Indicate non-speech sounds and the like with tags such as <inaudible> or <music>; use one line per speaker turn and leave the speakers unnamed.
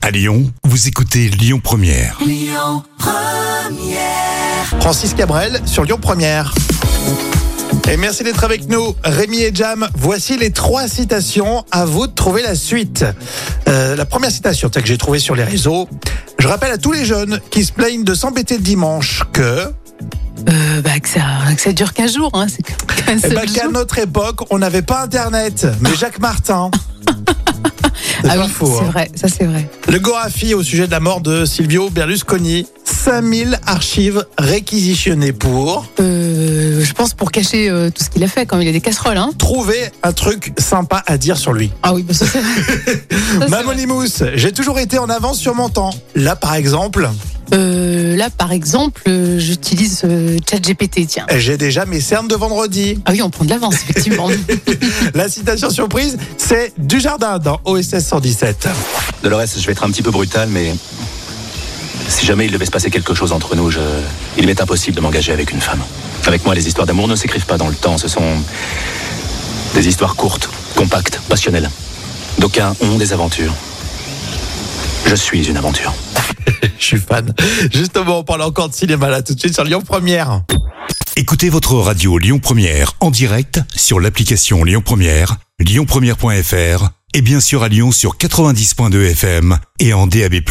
À Lyon, vous écoutez Lyon Première.
Francis Cabrel sur Lyon Première. Et merci d'être avec nous, Rémi et Jam. Voici les trois citations. À vous de trouver la suite. Euh, la première citation, celle que j'ai trouvée sur les réseaux. Je rappelle à tous les jeunes qui se plaignent de s'embêter le dimanche que, eh
Euh, bah, que, ça, que ça dure 15 jours. Hein, c'est qu'un
eh
seul
ben, qu'à
jour.
notre époque, on n'avait pas Internet, mais Jacques
<laughs>
Martin. C'est
Ah
pas
oui,
faux,
c'est
hein.
vrai, ça c'est vrai.
Le Gorafi au sujet de la mort de Silvio Berlusconi. 5000 archives réquisitionnées pour.
Euh, je pense pour cacher euh, tout ce qu'il a fait quand il a des casseroles. Hein.
trouver un truc sympa à dire sur lui.
Ah oui, bah, ça c'est vrai. <laughs> Bah, Ça, c'est vrai.
Mamonimous, j'ai toujours été en avance sur mon temps. Là, par exemple,
Euh, là, par exemple, euh, j'utilise euh, ChatGPT, tiens.
j'ai déjà mes cernes de vendredi. <laughs>
Ah oui, on prend de l'avance, <laughs> effectivement.
La citation surprise, c'est Dujardin dans OSS 117.
Dolores, je vais être un petit peu brutal, mais si jamais il devait se passer quelque chose entre nous, je... il m'est impossible de m'engager avec une femme. Avec moi, les histoires d'amour ne s'écrivent pas dans le temps. Ce sont des histoires courtes, compactes, passionnelles. D'aucuns ont des aventures. Je suis une aventure.
Je suis fan. Justement, on parle encore de cinéma là tout de suite sur Lyon Première.
Écoutez votre radio Lyon Première en direct sur l'application Lyon Première, lyonpremière.fr et bien sûr à Lyon sur 90.2 FM et en DAB+.